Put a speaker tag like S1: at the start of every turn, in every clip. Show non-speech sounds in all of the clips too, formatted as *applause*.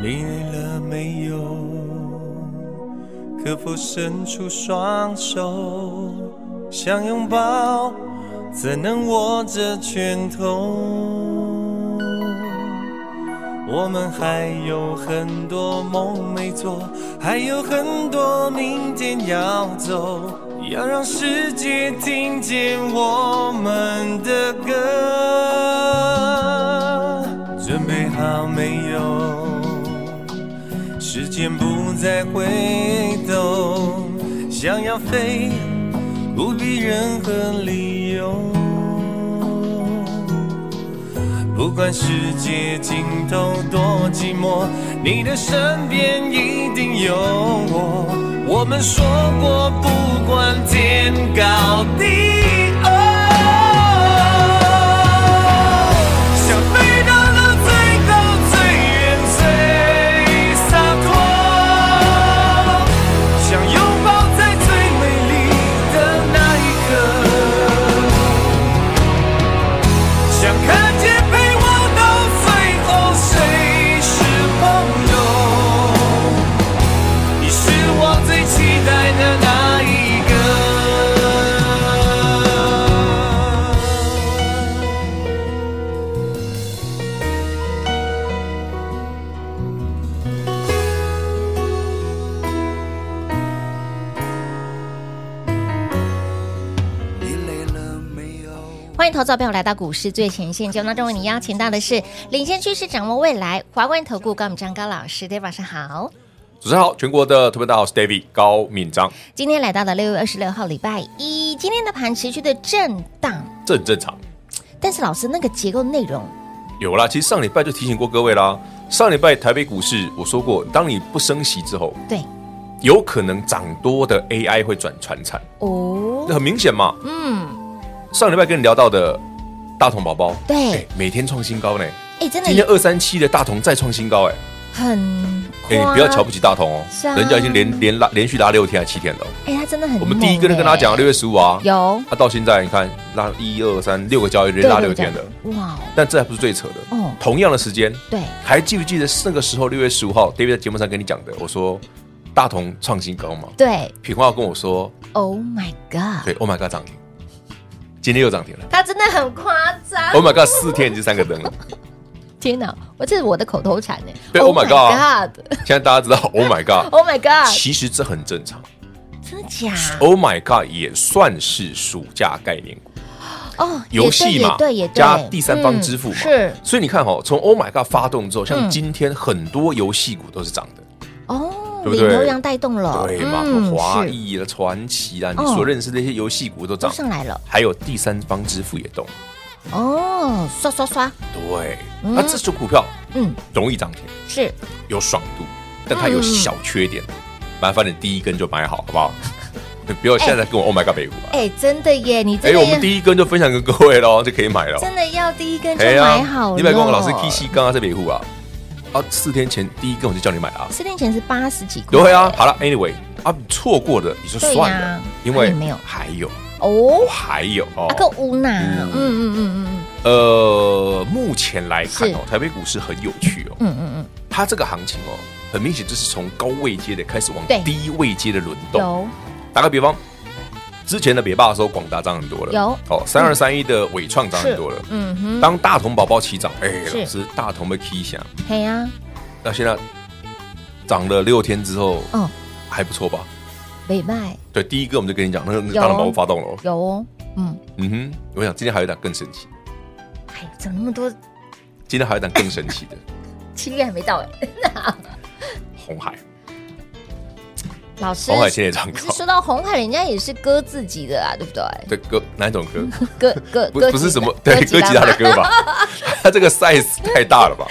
S1: 你累了没有？可否伸出双手？想拥抱，怎能握着拳头？我们还有很多梦没做，还有很多明天要走，要让世界听见我们的歌。准备好没有？时间不再回头，想要飞，不必任何理由。不管世界尽头多寂寞，你的身边一定有我。我们说过，不管天高地哦厚，想飞到了最高最远最洒脱，想拥抱在最美丽的那一刻。想看见陪我到最后谁是朋友，你是我最期待的那一个。你累了没有？
S2: 欢迎投资者朋友来到股市最前线，节目当中为你邀请到的是领先趋势、掌握未来华冠投顾高敏章高老师，大家晚上好。
S3: 主持人好，全国的特别大家好，我是 David 高敏章，
S2: 今天来到了六月二十六号礼拜一，今天的盘持续的震荡，
S3: 这很正常。
S2: 但是老师那个结构内容，
S3: 有啦，其实上礼拜就提醒过各位啦，上礼拜台北股市我说过，当你不升息之后，
S2: 对
S3: 有可能涨多的 AI 会转传产，
S2: 哦
S3: 那，很明显嘛。
S2: 嗯，
S3: 上礼拜跟你聊到的大同宝宝，
S2: 对
S3: 哎每天创新高呢，
S2: 哎，真
S3: 今天
S2: 的
S3: 二三七的大同再创新高，哎，
S2: 很夸，
S3: 哎，你不要瞧不起大同哦
S2: 是啊，
S3: 人家已经连连拉连续拉六天还七天了哦。
S2: 哎，他真的很猛哎，
S3: 我们第一个就跟大家讲六月十五啊，
S2: 有
S3: 啊，到现在你看拉一二三六个交易日拉六天了。，
S2: 对哇哦，
S3: 但这还不是最扯的。
S2: 哦
S3: 同样的时间，
S2: 对
S3: 还记不记得那个时候六月十五号，David 在节目上跟你讲的，我说大同创新高嘛，
S2: 对
S3: 品花跟我说，
S2: ，Oh my God，
S3: 对，Oh my God 涨停，今天又涨停了
S2: 他真的很夸张，
S3: ，Oh my God 四天已经三个灯了，
S2: 天哪，我这是我的口头禅哎，
S3: 对，Oh my
S2: God，Oh
S3: 现在大家知道 Oh my God，
S2: my God，
S3: 其实这很正常
S2: 真的假？
S3: ，Oh my God 也算是暑假概念股。
S2: 哦，也
S3: 游戏嘛，
S2: 对，也对也对
S3: 加第三方支付
S2: 嗯
S3: 嘛，
S2: 是
S3: 所以你看哦，从 Oh my God 发动之后，像
S2: 嗯
S3: 今天很多游戏股都是涨的，
S2: 哦，
S3: 对不
S2: 领
S3: 对
S2: 头羊带动了，
S3: 对
S2: 嗯
S3: 嘛，什么华
S2: 是
S3: 谊啦、传奇啦，你
S2: 哦
S3: 所认识的那些游戏股都
S2: 都
S3: 涨，
S2: 上来了
S3: 还有第三方支付也动。
S2: 哦，刷刷刷，
S3: 对，
S2: 嗯
S3: 那这种股票
S2: 嗯，
S3: 容易涨停，
S2: 是
S3: 有爽度，但它有小缺
S2: 嗯
S3: 点，麻烦你第一根就买好，好不 *laughs* 好？你不要现在跟我 Oh my God 美股吧。
S2: 哎，真的耶，你真
S3: 哎，
S2: 的
S3: 我
S2: 要
S3: 们第一根就分享给各位喽，就可以买了。
S2: 真的要第一根就
S3: 哎呀
S2: 买好了，
S3: 你买光老师 K 西刚刚在北户啊，啊，四天前第一根我就叫你买了啊。
S2: 四天前是八十几块，
S3: 对啊，好了，anyway 啊，错过的你就算
S2: 对
S3: 了
S2: 呀，
S3: 因为
S2: 还有没有
S3: 还有
S2: 哦，
S3: 还有哦
S2: 阿，克乌娜，嗯
S3: 嗯
S2: 嗯嗯嗯
S3: 呃，目前来看哦，
S2: 是
S3: 台北股市很有趣哦，
S2: 嗯嗯
S3: 它这个行情哦，很明显就是从高位阶的开始往
S2: 对
S3: 低位阶的轮
S2: 嗯，
S3: 动。
S2: 有
S3: 打个比方，之前的北霸的时候，广达涨很多了，
S2: 有
S3: 哦，三二三一的伟创涨很多了。
S2: 嗯哼，
S3: 当大同宝宝起涨，哎，
S2: 是
S3: 老师大同被 K 下，
S2: 嘿呀，
S3: 那现在涨了六天之后，
S2: 哦，
S3: 还不错吧？
S2: 北麦
S3: 对，第一个我们就跟你讲，那个那个
S2: 啊
S3: 大同宝宝发动了哦，
S2: 有哦，嗯，
S3: 嗯哼，我想今天还有一档更神奇，
S2: 哎呀，怎么那么多？
S3: 今天还有一档更
S2: *laughs*
S3: 神奇的 *laughs*
S2: 七月还没到哎，
S3: 红海。
S2: 老师
S3: 红海现在唱
S2: 可是
S3: 高，
S2: 说到红海，人家也是割自己的啊，对不对？
S3: 对歌哪一种
S2: *laughs*
S3: 歌？ *laughs*
S2: 割割
S3: 不
S2: 割
S3: 不
S2: 吉
S3: 是什么
S2: 他
S3: 对
S2: 割
S3: 歌吉他的
S2: 嘛
S3: 歌吧？
S2: *laughs*
S3: *laughs* 他这个 size 太大了吧？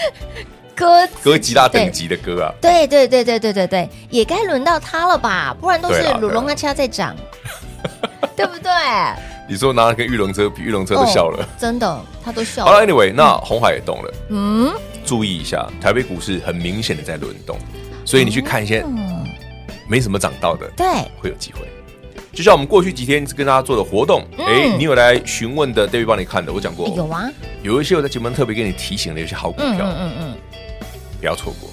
S2: 割
S3: 歌吉他等
S2: 对
S3: 级的歌啊，
S2: 对对对对对对对，也该轮到他了吧？不然都是
S3: 对啦对啦
S2: 鲁龙阿恰在
S3: *laughs*
S2: 涨，对不对？
S3: 你说拿跟玉龙车比，玉龙车都笑了
S2: 哦。，真的，他都笑
S3: 好
S2: 了。
S3: 了，anyway，那红海也动了，
S2: 嗯，
S3: 注意一下，台北股市很明显的在轮动，所以你去看一些
S2: 嗯，
S3: 没什么涨到的，
S2: 对，哎
S3: 会有机会。就像我们过去几天跟大家做的活动，
S2: 嗯
S3: 哎、你有来询问的，David 帮你看的，我讲过，
S2: 有啊，
S3: 有一些我在节目上特别跟你提醒的，有些好股
S2: 嗯
S3: 票、
S2: 嗯嗯
S3: 不要错过、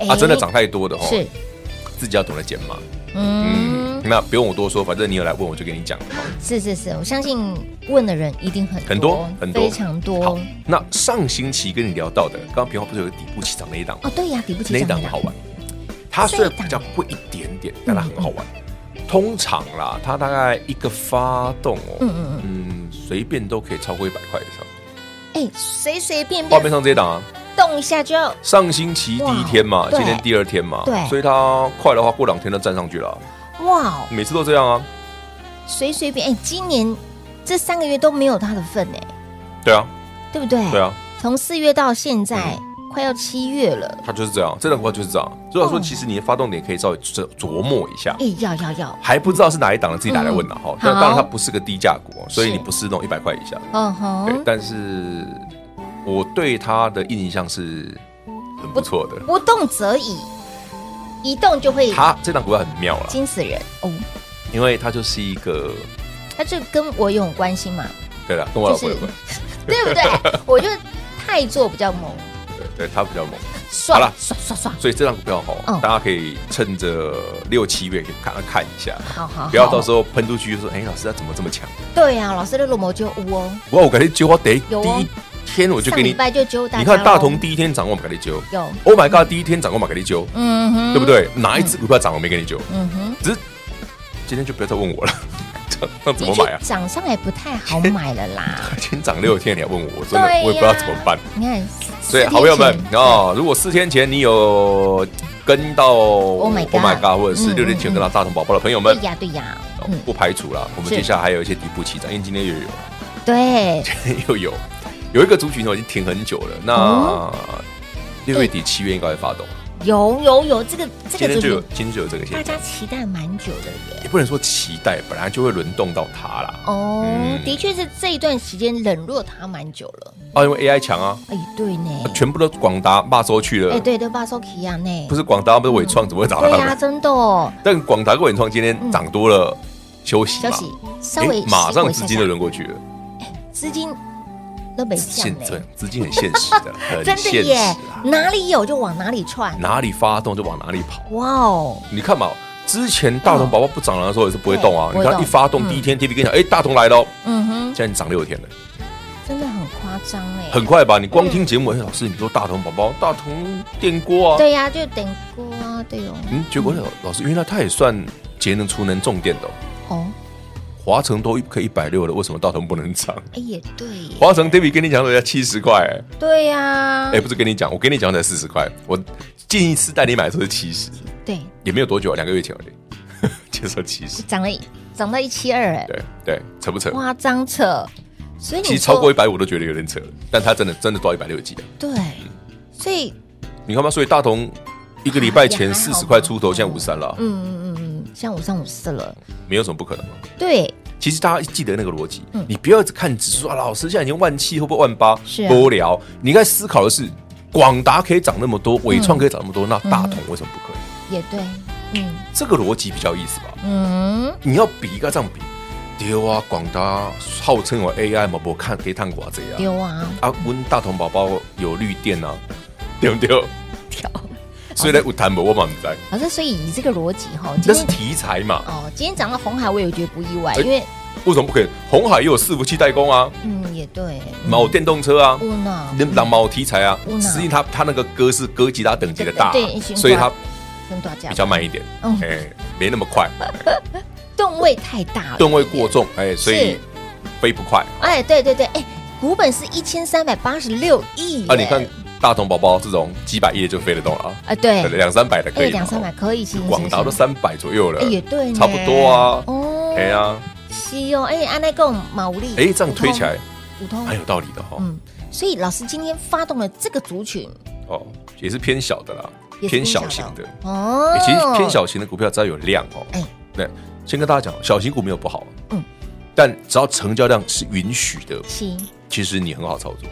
S2: 嗯，
S3: 啊，
S2: 哎
S3: 真的涨太多的哦，
S2: 是，
S3: 自己要懂得减码。嗯
S2: 嗯，，
S3: 那不用我多说，反正你有来问我就跟你讲了哦
S2: 是是是，我相信问的人一定很
S3: 很多很多
S2: 非常
S3: 好
S2: 多。，
S3: 那上星期跟你聊到的，刚刚平花不是有个底部起涨那一档吗
S2: 哦，对呀，底部起
S3: 那一
S2: 涨
S3: 档
S2: 的
S3: 很
S2: 啦
S3: 好，玩，它虽然
S2: 这一
S3: 比
S2: 档
S3: 较贵一点点，
S2: 嗯
S3: 但它很好玩。通常啦，它大概一个发动
S2: 嗯嗯
S3: 哦，
S2: 嗯，
S3: 嗯，随便都可以超过一百块以上。
S2: 哎，随随便
S3: 画面
S2: 便
S3: 上这一档啊，
S2: 动一下就要
S3: 上星期第一天嘛，
S2: 哇对
S3: 今天第二天嘛，
S2: 对
S3: 所以它快的话，过两天就站上去了啊，
S2: 哇，
S3: 每次都这样啊，
S2: 随随便哎，今年这三个月都没有他的份哎，
S3: 对啊，
S2: 对不对？
S3: 对啊，嗯
S2: 从四月到现在，快要七月了，
S3: 它就是这样，这档股票就是这样。所以说，
S2: 哦
S3: 其实你的发动点可以稍微琢琢磨一下。
S2: 哎，要要要，
S3: 还不知道是哪一档的，自己打来问了啊哈
S2: 嗯。
S3: 但
S2: 好
S3: 当然它不是个低价股哦，所以
S2: 是
S3: 你不是那种一百块以下。
S2: 嗯
S3: 对
S2: 哼，，
S3: 但是我对它的印象是很不错的。
S2: 不动则已，一动就会
S3: 它这档股票很妙啦，
S2: 惊死人哦。
S3: 因为它就是一个，
S2: 他这跟我有关系
S3: *laughs*
S2: 嘛，
S3: 对了，跟我老婆有关，
S2: 对不对？我就太做比较猛，
S3: 对对，它比较猛。
S2: 爽
S3: 好了
S2: 爽爽爽，
S3: 所以这档股票哈
S2: 嗯，
S3: 大家可以趁着六七月可以看看一下，
S2: 好好，
S3: 不要到时
S2: 候
S3: 候喷出去就说，哎，老师它怎么这么强？
S2: 对啊，老师的落魔就污哦，
S3: 哇，我感觉揪我得第
S2: 有哦
S3: 一天我就
S2: 上
S3: 给
S2: 礼
S3: 你，
S2: 拜就揪大家哦
S3: 你
S2: 咯，
S3: 看大同第一天涨，我们给你揪。
S2: 有，
S3: Oh my god！第一天涨，我马给你揪，
S2: 嗯哼，
S3: 对不？对？哪一只股票涨我没给你揪？
S2: 嗯哼，
S3: 只是今天就不要再问我了， *laughs* 这样那怎
S2: 的
S3: 么买
S2: 确
S3: 啊？
S2: 涨上来不太好买了
S3: *laughs*
S2: 啦。
S3: 今天涨六天，你还问我，我真的
S2: 对呀
S3: 我也不知道怎么办。
S2: 你看，
S3: 所以，好朋友们
S2: 嗯
S3: 哦，如果四天前你有跟到 Oh
S2: my god
S3: 或者是
S2: 嗯
S3: 六天前跟到大同宝宝的朋友
S2: 对
S3: 们，
S2: 呀对呀，
S3: 哦
S2: 嗯，
S3: 不排除啦，我们
S2: 是
S3: 接下来还有一些底部起涨，因为今天又有 *laughs*
S2: 对，
S3: 又有有一个族群哦我已经停很久了，
S2: 哦
S3: 那六月底七月应该会发动，
S2: 有有有，这个这
S3: 今
S2: 个
S3: 天
S2: 主
S3: 就有
S2: 题
S3: 今天就有这个现
S2: 大
S3: 象
S2: 家，期待蛮久的耶。
S3: 也不能说期待，本来就会轮动到它啦。
S2: 哦，
S3: 嗯
S2: 的确是这一段时间冷落他蛮久了。
S3: 啊，因为 AI 强啊，
S2: 哎，对呢，
S3: 全部都广达霸州去了
S2: 哎，，对对，巴索奇亚呢？
S3: 不是广达，不是伟创，怎么会涨到
S2: 对
S3: 他
S2: 呀，
S3: 们？
S2: 真的哦。
S3: 但广达跟伟创今天涨多了，休息
S2: 休
S3: 嘛，
S2: 息，稍
S3: 哎
S2: 微
S3: 马
S2: 辛苦
S3: 上
S2: 一下
S3: 资金
S2: 下
S3: 就轮过去了。
S2: 资金都没降
S3: 现在
S2: 呢，
S3: 资金很现实
S2: *laughs*
S3: 的，
S2: 真
S3: 很
S2: 的
S3: 现实
S2: 耶，
S3: 啊，
S2: 哪里有就往哪里窜。
S3: 哪里发动就往哪里跑。
S2: 哇哦，
S3: 你看嘛，之前大同宝宝不涨了的时候也是不会动啊，
S2: 对不
S3: 你
S2: 会
S3: 看
S2: 动
S3: 一发动
S2: 嗯
S3: 第一天 TV 跟你讲，哎，大同来了哦，
S2: 嗯哼，
S3: 现在涨六天了，
S2: 真的很夸张哎，
S3: 很快吧？你光听节目，哎，老师你说大同宝宝，大同电锅啊，
S2: 对呀，就等锅啊，对哦，
S3: 嗯，结果老老师原来它也算节能储能重电的哦。
S2: 哦，
S3: 华城都可以一百六了，为什么大同不能涨？ *laughs*
S2: 哎也对耶，
S3: 华城 David 跟你讲的要七十块，哎、
S2: 对呀，
S3: 不是跟你讲，我跟你讲才四十块，我近一次带你买的时候是七十，
S2: 对，
S3: 也没有多久，啊两个月前而已， *laughs* 接受七十，
S2: 涨了一涨到一七二哎，
S3: 对对，扯不扯？
S2: 夸张扯，所以
S3: 其
S2: 你
S3: 实超过
S2: 说
S3: 一百五都觉得有点扯了，但它真的真的到一百六几了，
S2: 对，所以
S3: 你看吗？所以大同一个礼拜
S2: 也
S3: 前
S2: 还好
S3: 四
S2: 吧
S3: 十块出头，现在五十三了啊，
S2: 嗯嗯嗯嗯，像五三五四了，
S3: 没有什么不可能嘛。
S2: 对，
S3: 其实大家记得那个逻辑，你不要只看指数说啊，老师现在已经万七，会不会万八？
S2: 嗯是啊
S3: 多聊。你应该思考的是，广达可以涨那么多，伟创可以涨那么多，那大同为什么不可以？
S2: 也对，嗯
S3: 这个逻辑比较有意思吧？
S2: 嗯。
S3: 你要比一个这样比，对啊，广达号称有 AI 嘛，我看可以探寡这样
S2: 丢啊，
S3: 啊，温大同宝宝有绿电
S2: *laughs*
S3: 啊，对不对？所以呢，我谈不我嘛不在，
S2: 老师，所以以这个逻辑哈，
S3: 那
S2: 今
S3: 是
S2: 天
S3: 题材嘛，
S2: 哦，今天涨到红海，我也觉得不意外，
S3: 哎
S2: 因为
S3: 为什么不可以？红海也有伺服器代工啊，
S2: 嗯也对，
S3: 某电动车啊，
S2: 乌呢，
S3: 那朗毛题材啊
S2: 嗯，
S3: 实际它它那个歌是歌吉他等级的大啊
S2: 对对对，
S3: 所以它
S2: 跟大家
S3: 比较慢一点，
S2: 嗯
S3: 哎，没那么快，
S2: 吨位太大了，
S3: 吨位过重，哎，所以
S2: 是
S3: 飞不快
S2: 哎，对对对，哎，股本是一千三百八十六亿耶，
S3: 啊。你看大同宝宝这种几百页就飞得动了啊，
S2: 啊，对，
S3: 两三百的可
S2: 哎，
S3: 以嘛，哦
S2: 两三百可以，行
S3: 广达都，三百左右了
S2: 哎，，也对呢，
S3: 差不多啊
S2: 哦，
S3: 哎，呀，
S2: 是哦，哎，安奈贡毛利，
S3: 哎，这样推起来哎
S2: 五通，
S3: 蛮有道理的哦哈，
S2: 嗯，所以老师今天发动了这个族群，
S3: 哦，也是偏小的啦，
S2: 也是
S3: 偏小型的，
S2: 哦
S3: 哎，其实偏，小型的股票只要有量哦
S2: 哎，
S3: 对，先跟大家讲，小型股没有不好，
S2: 嗯，
S3: 但只要成交量是允许的，
S2: 是
S3: 其实你很好操作。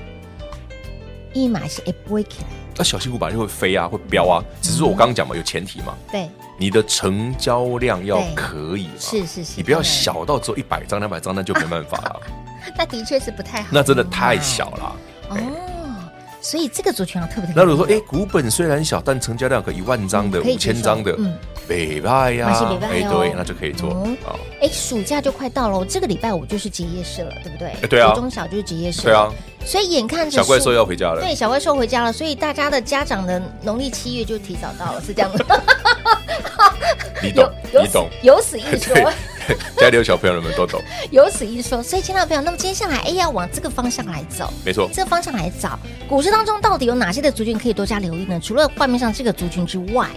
S2: 一码是 F 会起来，
S3: 那小型股本来就会飞啊，会飙
S2: 嗯
S3: 啊，只是我刚刚讲嘛，有前提嘛，
S2: 对，
S3: 你的成交量要
S2: 对
S3: 可以嘛，
S2: 是是是，
S3: 你不要
S2: 当然，
S3: 小到只有一百张、两百张，那就没办法
S2: *laughs*
S3: 了，
S2: 那的确是不太好，嗯
S3: 那真的太小
S2: 啊
S3: 了。哎
S2: 哦，所以这个族群啊要特别的，
S3: 那如果说，哎，股本虽然小，但成交量可一万张的、
S2: 嗯可以
S3: 五
S2: 接
S3: 千
S2: 受
S3: 张的
S2: 嗯，
S3: 北派呀
S2: 嘛是不错，哦
S3: 对，那就可以做
S2: 嗯
S3: 啊。
S2: 哎，暑假就快到了，我这个礼拜我就是结业式了，对不对？
S3: 哎对啊
S2: 国中小就是结业式，
S3: 对啊，，
S2: 所以眼看着
S3: 小怪
S2: 暑
S3: 兽要回家了，
S2: 对，小怪兽回家了，所以大家的家长的农历七月就提早到了，是这
S3: *laughs*
S2: 样的。
S3: 你懂，
S2: 有
S3: 你懂，
S2: 有此一
S3: *laughs*
S2: 说，
S3: 对，家里有小朋友们都懂，
S2: 有此一说。所以，亲爱的朋友，那么接下来，哎，要往这个方向来走，
S3: 没错。
S2: 这个方向来找股市当中到底有哪些的族群可以多加留意呢？除了画面上这个族群之外，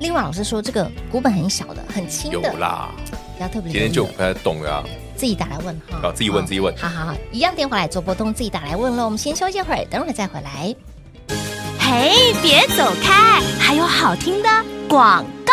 S2: 另外老师说这个股本很小的、很轻
S3: 有
S2: 的，
S3: 啦，
S2: 不要特别留
S3: 今
S2: 意
S3: 天就
S2: 了
S3: 不太懂了啊，
S2: 自己打来问哈，
S3: 啊自己问自己问
S2: 好好好，一样电话来做拨通，自己打来问了。我们先休息一会儿，等会儿再回来。
S4: 嘿，别走开，还有好听的广告。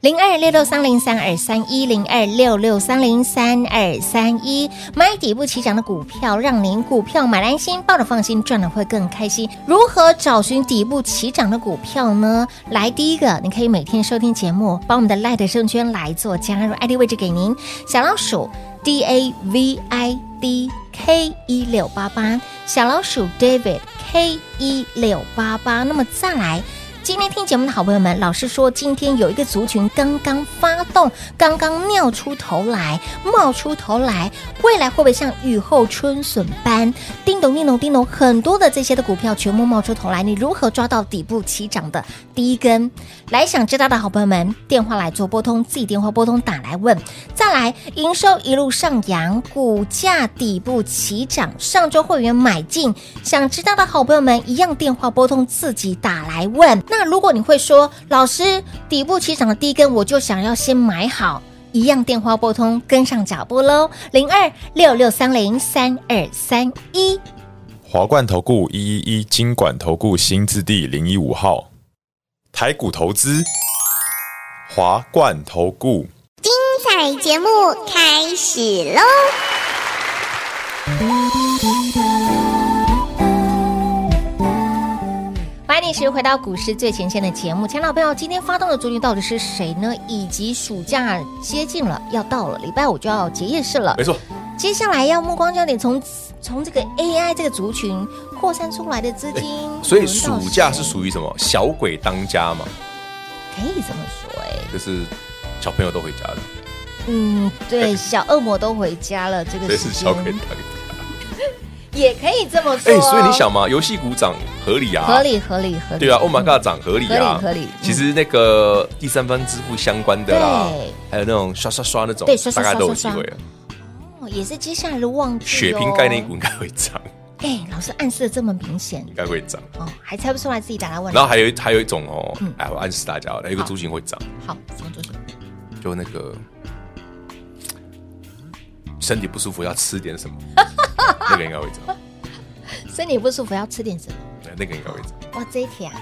S2: 零二六六三零三二三一零二六六三零三二三一，买底部起涨的股票，让您股票买得安心，抱着放心，赚的会更开心。如何找寻底部起涨的股票呢？来，第一个，你可以每天收听节目，把我们的 Light 生圈来做加入，ID 位置给您，小老鼠 D A V I D K 一六八八，小老鼠 David K 一六八八。那么再来。今天听节目的好朋友们，老师说今天有一个族群刚刚发动，刚刚尿出头来，冒出头来，未来会不会像雨后春笋般，叮咚叮咚叮咚，很多的这些的股票全部冒出头来？你如何抓到底部起涨的第一根？来，想知道的好朋友们，电话来做拨通，自己电话拨通打来问。再来，营收一路上扬，股价底部起涨，上周会员买进，想知道的好朋友们一样电话拨通自己打来问。那如果你会说，老师底部起涨的第一根，我就想要先买好。一样电话拨通，跟上脚步喽，零二六六三零三二三一。
S5: 华冠投顾一一一金管投顾新字第零一五号，台股投资，华冠投顾。
S6: 彩节目开始喽！
S2: 欢迎你持续回到股市最前线的节目，亲爱的朋友，今天发动的族群到底是谁呢？以及暑假接近了，要到了，礼拜五就要结业式了
S3: 没，错，
S2: 接下来要目光焦点从从这个 AI 这个族群扩散出来的资金，
S3: 哎所以暑假是
S2: 于
S3: 属于什么？小鬼当家嘛，
S2: 可以这么说哎、
S3: 就是小朋友都回家了，
S2: 嗯，对，小恶魔都回家了，这
S3: 所
S2: 个
S3: 以
S2: 时
S3: 哎是小鬼
S2: 间
S3: 当家。
S2: 也可以这么说，
S3: 哎，所以你想嘛，游戏股涨合理啊，
S2: 合理合理合理，
S3: 对啊，Oh my God，涨合理啊，
S2: 合理合嗯理
S3: 其实那个第三方支付相关的啦
S2: 对，
S3: 还有那种刷刷刷那种
S2: 对刷，刷
S3: 大
S2: 刷
S3: 概都有机会了。
S2: 哦也是接下来的旺季、哦，
S3: 血拼概念股，应该会涨，
S2: 哎、老师暗示的这么明显
S3: 应该会涨。
S2: 哦，还猜不出来自己打来问，
S3: 然后还有一还有一种哦
S2: 嗯，
S3: 哎，我暗示大家哦，有一个族群会涨，
S2: 好什么族群？
S3: 就那个身体不舒服要吃点
S2: *laughs*
S3: 什么，那个应该会涨，哎
S2: 身体不舒服要吃点什么？
S3: 那个应该会涨。
S2: 哇，这一天啊，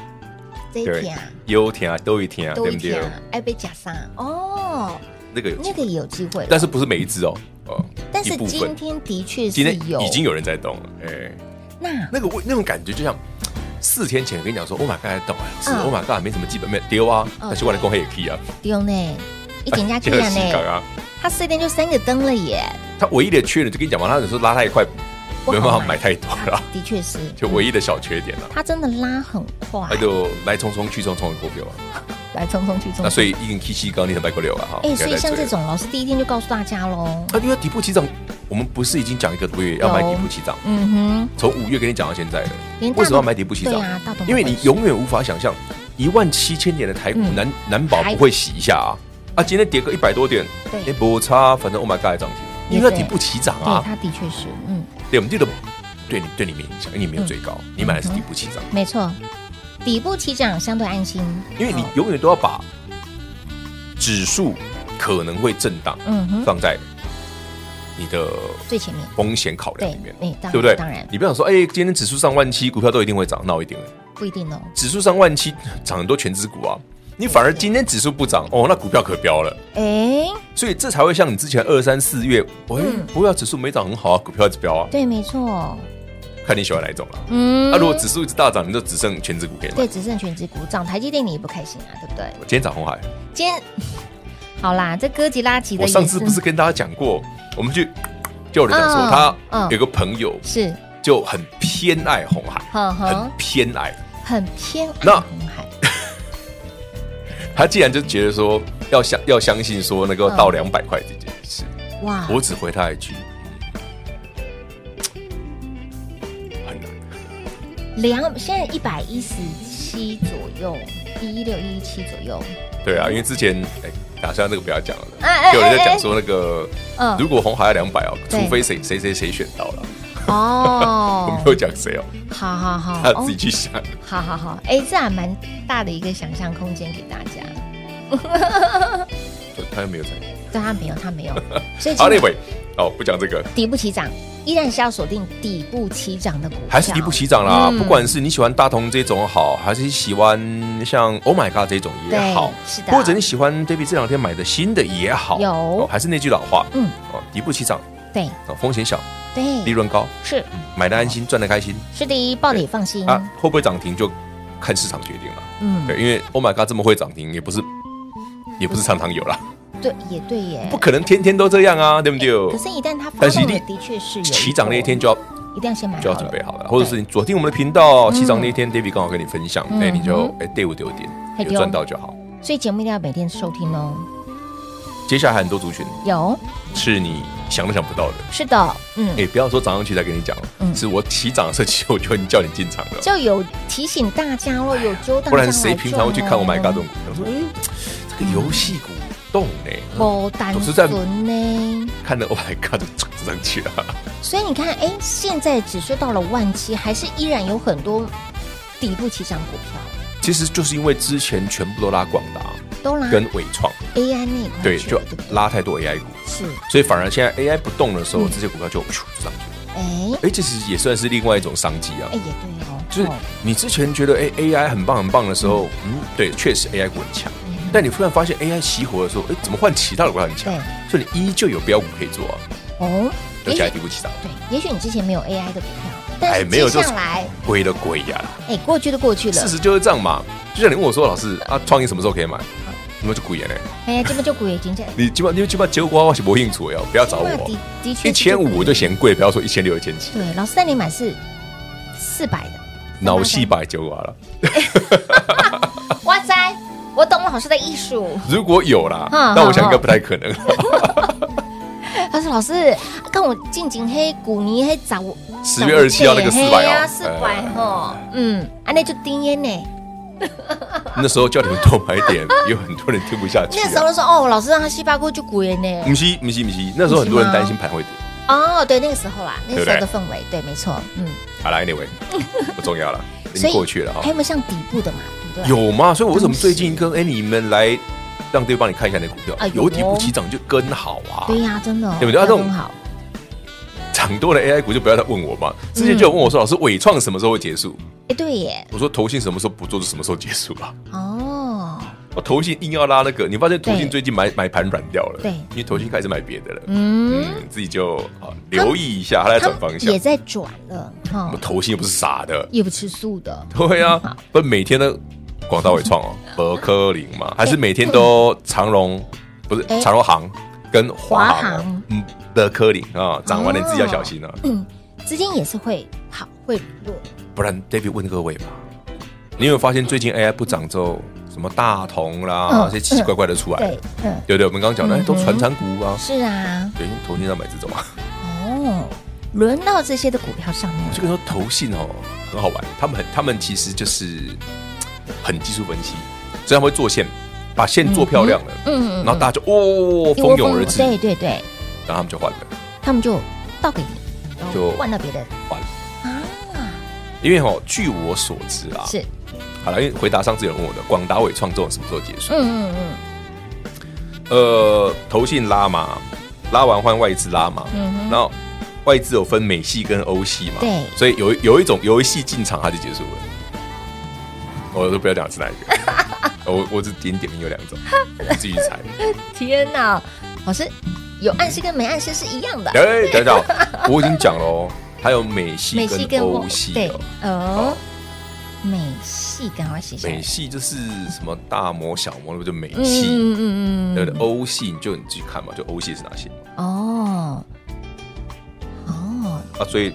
S2: 这一
S3: 对
S2: 天啊，，
S3: 有天啊，都一天啊，
S2: 多
S3: 对
S2: 一
S3: 不对
S2: 天？啊，爱被夹杀哦，
S3: 那个有
S2: 那
S3: 机
S2: 个
S3: 会，
S2: 也有机会了，
S3: 但是不是每一只哦？哦，
S2: 但是
S3: 一部
S2: 今
S3: 分。
S2: 天的确
S3: 今
S2: 是
S3: 天
S2: 有，
S3: 已经有人在动了，哎，
S2: 那
S3: 那个味那种感觉就像四天前跟你讲说，Oh my God，在动啊，是
S2: 嗯
S3: Oh my God，没什么基本面丢啊，
S2: 嗯
S3: 但是我的公黑也可以啊，
S2: 丢呢，一点加
S3: *laughs* 就
S2: 进
S3: 是
S2: 来
S3: 四港
S2: 呢，
S3: 啊，
S2: 他四天就三个灯了耶，
S3: 它唯一的缺点就跟你讲嘛，它有时候拉太快，
S2: 不
S3: 没
S2: 好
S3: 办法买太多了，
S2: 啊的确是，
S3: 就哎唯一的小缺点了。
S2: 他真的拉很快
S3: 那，就来匆匆去匆匆的股票啊，
S2: 来匆匆去匆
S3: 那所
S2: 匆。
S3: 以一根 K 七高，你很白过六啊哈。
S2: 嗯哎，所以
S3: 不要再追
S2: 像
S3: 了
S2: 这，种老师第一天就告诉大家喽，
S3: 啊，因为底部起涨，我们不是已经讲一个多月要买
S2: 有
S3: 底部起涨，
S2: 嗯
S3: 从五月跟你讲到现在的，
S2: 连大
S3: 为什么要买底部起涨？
S2: 对啊大同
S3: 因为你
S2: 也是
S3: 永远无法想象一万七千点的台股
S2: 嗯
S3: 难难保不会洗一下啊！啊，今天跌个一百多点，哎
S2: 对
S3: 也不差，反正 Oh my God 涨停，
S2: 也
S3: 因为它
S2: 对
S3: 底部起涨
S2: 哼，对，嗯
S3: 啊，
S2: 他的确是，嗯，
S3: 对，我们记得对你对你没影响，因为你没有追高，你买的是底部起涨，
S2: 没错，底部起涨相对安心，哦
S3: 因为你永远都要把指数可能会震荡
S2: 嗯哼
S3: 放在你的
S2: 最前面，
S3: 风险考量里面，
S2: 对哎当然
S3: 对不对？
S2: 当然
S3: 你不想说，哎，今天指数上万七，股票都一定会涨，那我一定会。
S2: 不一定哦，
S3: 指数上万七，涨很多全指股啊，你反而今天指数不涨，哦，那股票可飙了。
S2: 哎，
S3: 所以这才会像你之前二三四月，喂，
S2: 嗯
S3: 不过指数没涨很好啊，股票一直飙啊，
S2: 对，没错，
S3: 看你喜欢哪一种了。
S2: 嗯
S3: 啊那如果指数一直大涨，你就只剩全指股可以买
S2: 对。只剩全职股涨，台积电你也不开心啊，对不对？
S3: 今天涨红海，
S2: 今天 *laughs* 好啦，这哥吉拉级的
S3: 我
S2: 也
S3: 上次不是跟大家讲过，我们去就有人讲说
S2: 嗯
S3: 他
S2: 嗯
S3: 有个朋友
S2: 是，
S3: 就很偏爱红海，
S2: 呵
S3: 很
S2: 呵，
S3: 偏爱。
S2: 很偏爱
S3: 那
S2: 红海，
S3: 他既然就觉得说要相要相信说能够到
S2: 嗯
S3: 两百块这件事，
S2: 哇，
S3: 我只回他一句，很难。
S2: 两现在一百一十七左右，一六一七左右，
S3: 对啊，因为之前哎，打算那个不要讲了
S2: 哎哎，
S3: 有人在
S2: 哎哎
S3: 讲说那个
S2: 嗯，
S3: 如果红海要两百哦，
S2: 对
S3: 除非谁谁谁谁选到了， *laughs* 我
S2: 哦
S3: 没有讲谁哦，
S2: 好好好，
S3: 他
S2: 哦
S3: 自己去想。
S2: 好好好，哎，这还蛮大的一个想象空间给大家。
S3: 对他又没有参与。
S2: 对他没有，他没
S3: *laughs*
S2: 有，所以
S3: 好
S2: 其实
S3: ，Anyway，哦，不讲这个，
S2: 底部起涨依然是要锁定底部起涨的股票，
S3: 还是底部起涨啦。
S2: 嗯
S3: 不管是你喜欢大同这种好，还是喜欢像 Oh My God 这种也
S2: 对
S3: 好，
S2: 是的
S3: 或者你喜欢 David 这两天买的新的也好，
S2: 有
S3: 哦还是那句老话，
S2: 嗯，
S3: 哦，底部起涨，
S2: 对
S3: 哦，风险小，利
S2: 对
S3: 润高，
S2: 是
S3: 买的安心，赚的开心
S2: 是的，抱得也放心，
S3: 嗯啊。会不会涨停就看市场决定了。
S2: 嗯，
S3: 对，因为 Oh my God 这么会涨停，也不是，也不是常常有啦，
S2: 对也对耶
S3: 不，可能天天都这样啊，对不
S2: 嗯哎可
S3: 对？
S2: 是，一旦它发
S3: 但是
S2: 动
S3: 一
S2: 了，
S3: 定
S2: 的确是有
S3: 起涨那一天就要
S2: 一定要先买好
S3: 就
S2: 了，
S3: 要准备好了，或者是你锁定我们的频道，起涨那一天 David 刚好跟你分享，
S2: 嗯
S3: 哎，你就哎 d a v 丢点，
S2: 嘿
S3: 有
S2: 丢
S3: 赚到就好。
S2: 对，所以节目一定要每天收听哦。
S3: 接下来还很多族群
S2: 有
S3: 是你想都想不到的，
S2: 是的，嗯，
S3: 哎，不要说涨上去才跟你讲
S2: 嗯，
S3: 是我起涨的时候其实我就已经叫你进场了，
S2: 就有提醒大家喽，有揪大家来赚哦，哦
S3: 哎不然谁平常会去看 Oh my
S2: 嗯
S3: God 这种股票？说，哎，这个游戏股动呢，
S2: 不单
S3: 总是在
S2: 纯呢？
S3: 看了 Oh my God 就涨上去啊了。
S2: 所以你看，哎，现在指数到了万七，还是依然有很多底部起涨股票
S3: 其实就是因为之前全部都拉广达
S2: 都拉
S3: 跟伟创，
S2: AI 那一块
S3: 对，
S2: 去
S3: 就
S2: 了啊对不对
S3: 拉太多 AI 股，
S2: 是，
S3: 所以反而现在 AI 不动的时候，这些股票就咻就上去了。
S2: 哎
S3: 哎，这其实也算是另外一种商机啊
S2: 哎，也。对哦，
S3: 就是
S2: 哦
S3: 你之前觉得哎 AI 很棒很棒的时候，嗯，对，确实 AI 股很强，
S2: 嗯
S3: 但你突然发现 AI 熄火的时候，哎，怎么换其他的股票很强
S2: 对？
S3: 所以你依旧有标股可以做啊，
S2: 哦，
S3: 而
S2: 也
S3: 且还
S2: 许
S3: 底部起涨，
S2: 对，也许你之前没有 AI 的股票，但
S3: 哎，
S2: 是
S3: 没有
S2: 接
S3: 就是
S2: 下来，
S3: 鬼了鬼呀、
S2: 哎，过去都过去了
S3: 事，实就是这样嘛。就像你问我说，老师啊，创意什么时候可以买？那么就鬼言嘞，
S2: 哎，这边就股也已经在，
S3: 你基本因为基本上结果我是不应酬呀，哦不要找
S2: 那
S3: 我
S2: 的。的确
S3: 一千五我
S2: 的，
S3: 就嫌贵，不要说一千六、一千七，
S2: 对，老师带你买是四百的，
S3: 脑细百九瓦了。
S2: 哇塞，我懂老师的艺术。
S3: 如果有啦
S2: 嗯，
S3: 那我想应该不太可能。
S2: 他说：“老师，啊跟我近景黑古尼黑找我
S3: 10月27号那个400哦
S2: 四百吼，嗯，安那就丁烟呢。
S3: *laughs* 那时候叫你们多买点，有很多人听不下去
S2: 那时
S3: 啊。嗯
S2: 候说哦，老师让他西巴锅就古烟呢。
S3: 不是不是不是，那时候很多人担心盘会跌。
S2: 哦，对，那个时候啦，那个时候
S3: 对
S2: 的
S3: 不
S2: 氛围，对，没错，嗯，
S3: 好了，anyway，不重
S2: *laughs*
S3: 要了，已
S2: 所
S3: 经
S2: 以哎
S3: 过去了啊
S2: 还。有没有像底部的嘛？对不对？
S3: 有吗？所以我为什么最近跟哎你们来让对方你看一下你的股票
S2: 哎，呦
S3: 有底部起涨就跟好啊。
S2: 对呀，真的哦，
S3: 对不对啊
S2: 都
S3: 这
S2: 很
S3: 种
S2: 好，
S3: 涨多的 AI 股就不要再问我嘛。之前就有问我说，老师伟创什么时候会结束？
S2: 哎，对耶，
S3: 我说投信什么时候不做就什么时候结束啊吧。
S2: 哦，
S3: 哦，投信硬要拉那个，你发现投
S2: 对
S3: 信最近买买盘软掉了，
S2: 对
S3: 因为投信开始买别的了，
S2: 嗯，
S3: 嗯，自己就啊留意一下，它在
S2: 他
S3: 转方
S2: 们
S3: 向
S2: 也。在转了哈
S3: 我，投信又不是傻的， *laughs*
S2: 也不吃素的，
S3: 对
S2: 嗯
S3: 啊，不是每天都广大伟
S2: *laughs*
S3: 创哦，伯科林嘛，还是每天都长荣，不是
S2: 哎
S3: 长荣行跟
S2: 华
S3: 华航
S2: 航
S3: 哦，嗯，的科林啊，涨完了
S2: 哦
S3: 你自己要小心啊，
S2: 嗯，之间也是会好会弱，
S3: 不然 David 问各位吧，你有没有发现最近 AI 不涨之后，什么大同啦，
S2: 嗯
S3: 这些奇奇怪怪的出来
S2: 对
S3: 了，，
S2: 嗯，
S3: 对不对？我们刚刚讲的哎都
S2: 嗯哼
S3: 传产股啊，
S2: 是啊，
S3: 对，因为投信在买这种啊。 *laughs*
S2: 哦，轮到这些的股票上面
S3: 我
S2: 了
S3: 就跟你说，投信哦很好玩，他们很，他们其实就是嘖很技术分析，所以他们会做线，把线做漂亮了，
S2: 嗯，嗯
S3: 然后大家就哦蜂拥而至，
S2: 对对对，
S3: 然后他们就换了，
S2: 他们就倒给你，然后
S3: 就
S2: 换到别人
S3: 换了，
S2: 啊，
S3: 因为哦，据我所知啊，
S2: 是，
S3: 好了，因为回答上次有人问我的，广达伟创这种什么时候结束？
S2: 嗯嗯嗯，
S3: 呃，投信拉嘛，拉完换外资拉嘛，嗯，然后外资有分美系跟欧系嘛，
S2: 对
S3: 所以有一有一种游戏进场它就结束了，我都不要讲是哪一个，我我只点点名有两种，你自己去猜。
S2: 天哪，老师有暗示跟没暗示是一样的，
S3: 哎，等等，我已经讲了哦，还有美系
S2: 美系跟
S3: 跟
S2: 欧
S3: 欧系
S2: 对
S3: 哦，
S2: 哦，美系赶快写下来
S3: 美，系就是什么大模小模，那不就美
S2: 嗯
S3: 系？
S2: 嗯嗯嗯
S3: 对不
S2: 嗯
S3: 对？欧系你就你自己看嘛，就欧系是哪些嘛
S2: 哦哦，
S3: 啊，所以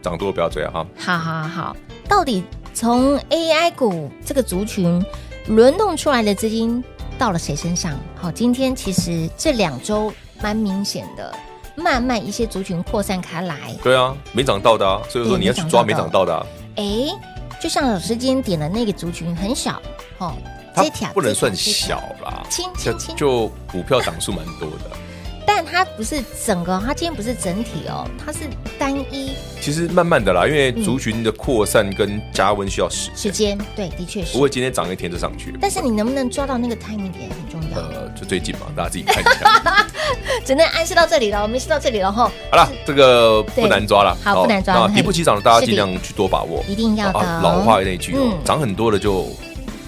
S3: 涨多了不要追啊哈。
S2: 好好好，到底从 AI 股这个族群轮动出来的资金到了谁身上？好，今天其实这两周蛮明显的，慢慢一些族群扩散开来。
S3: 对啊，没涨到的啊，所以说
S2: 对
S3: 你要去抓没涨到的啊，
S2: 诶，就像老师今天点的那个族群很小，哦，
S3: 它
S2: 这条
S3: 不能
S2: 这条
S3: 算
S2: 这条
S3: 小啦，
S2: 轻
S3: 就
S2: 轻轻，
S3: 就股票涨数蛮多的。
S2: 但它不是整个，它今天不是整体哦，它是单一
S3: 其实慢慢的啦，因为
S2: 嗯
S3: 族群的扩散跟加温需要时
S2: 时
S3: 间，
S2: 间，对，的确是
S3: 不。会今天涨一天就上去。
S2: 但是你能不能抓到那个 timing 点很重要。
S3: 呃，就最近嘛，大家自己看一
S2: *laughs*
S3: 下。
S2: 只能暗示到这里了，我们是到这里了哈，
S3: 好了，这个不难抓了，
S2: 对好不难抓
S3: 那
S2: 嘿
S3: 底部起涨的大
S2: 是
S3: 家尽
S2: 的
S3: 量去多把握。
S2: 一定要的。
S3: 啊老话那句哦
S2: 嗯，
S3: 涨很多的就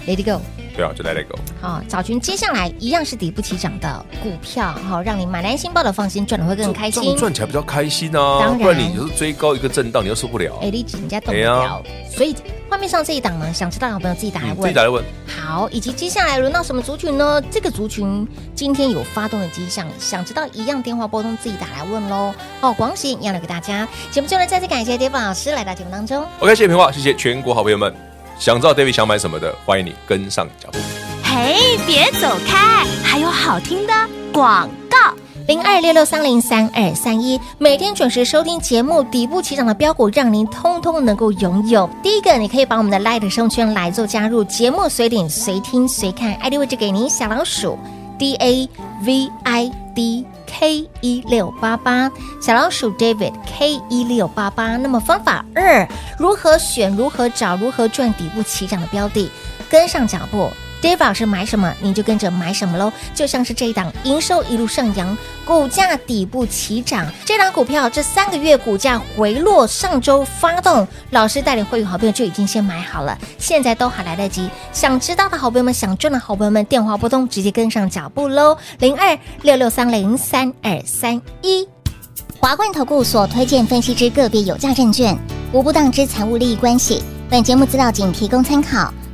S2: ，Lady Go，
S3: 对啊，就来来狗。
S2: 好，早群接下来一样是底部起涨的股票，好，让你买来新报的放心，赚的会更开
S3: 这样
S2: 心。
S3: 赚起来比较开心
S2: 当
S3: 啊，
S2: 然
S3: 不然你就是追高一个震荡，你又受不了。
S2: 哎，例子人家动不
S3: 哎呀
S2: 了，所以画面上这一档呢，想知道的好朋友自哎己打来
S3: 你嗯自己
S2: 问
S3: 打。来问，
S2: 好，以及接下来轮到什么族群呢？这个族群今天有发动的迹象，想知道一样电话拨通自己打来问喽。哦，广喜一样留给大家。节目最后呢，再次感谢 David 老师来到节目当中。
S3: OK，谢谢平话，谢谢全国好朋友们。想知道 David 想买什么的，欢迎你跟上脚步。
S4: 嘿，别走开，还有好听的广告。
S2: 零二六六三零三二三一，每天准时收听节目，底部起涨的标股让您通通能够拥有。第一个，你可以把我们的 Light 生圈来做加入，节目随点随听随看，ID 位置给您小老鼠 D A V I D K 一六八八，小老鼠 David K 一六八八。那么方法二，如何选、如何找、如何赚底部起涨的标的，跟上脚步。Dave 老师买什么，你就跟着买什么喽。就像是这一档营收一路上扬，股价底部起涨，这档股票这三个月股价回落，上周发动，老师带领会员好朋友就已经先买好了，现在都还来得及。想知道的好朋友们，想赚的好朋友们，电话拨通，直接跟上脚步喽，零二六六三零三二三一。
S6: 华冠投顾所推荐分析之个别有价证券，无不当之财务利益关系。本节目资料仅提供参考，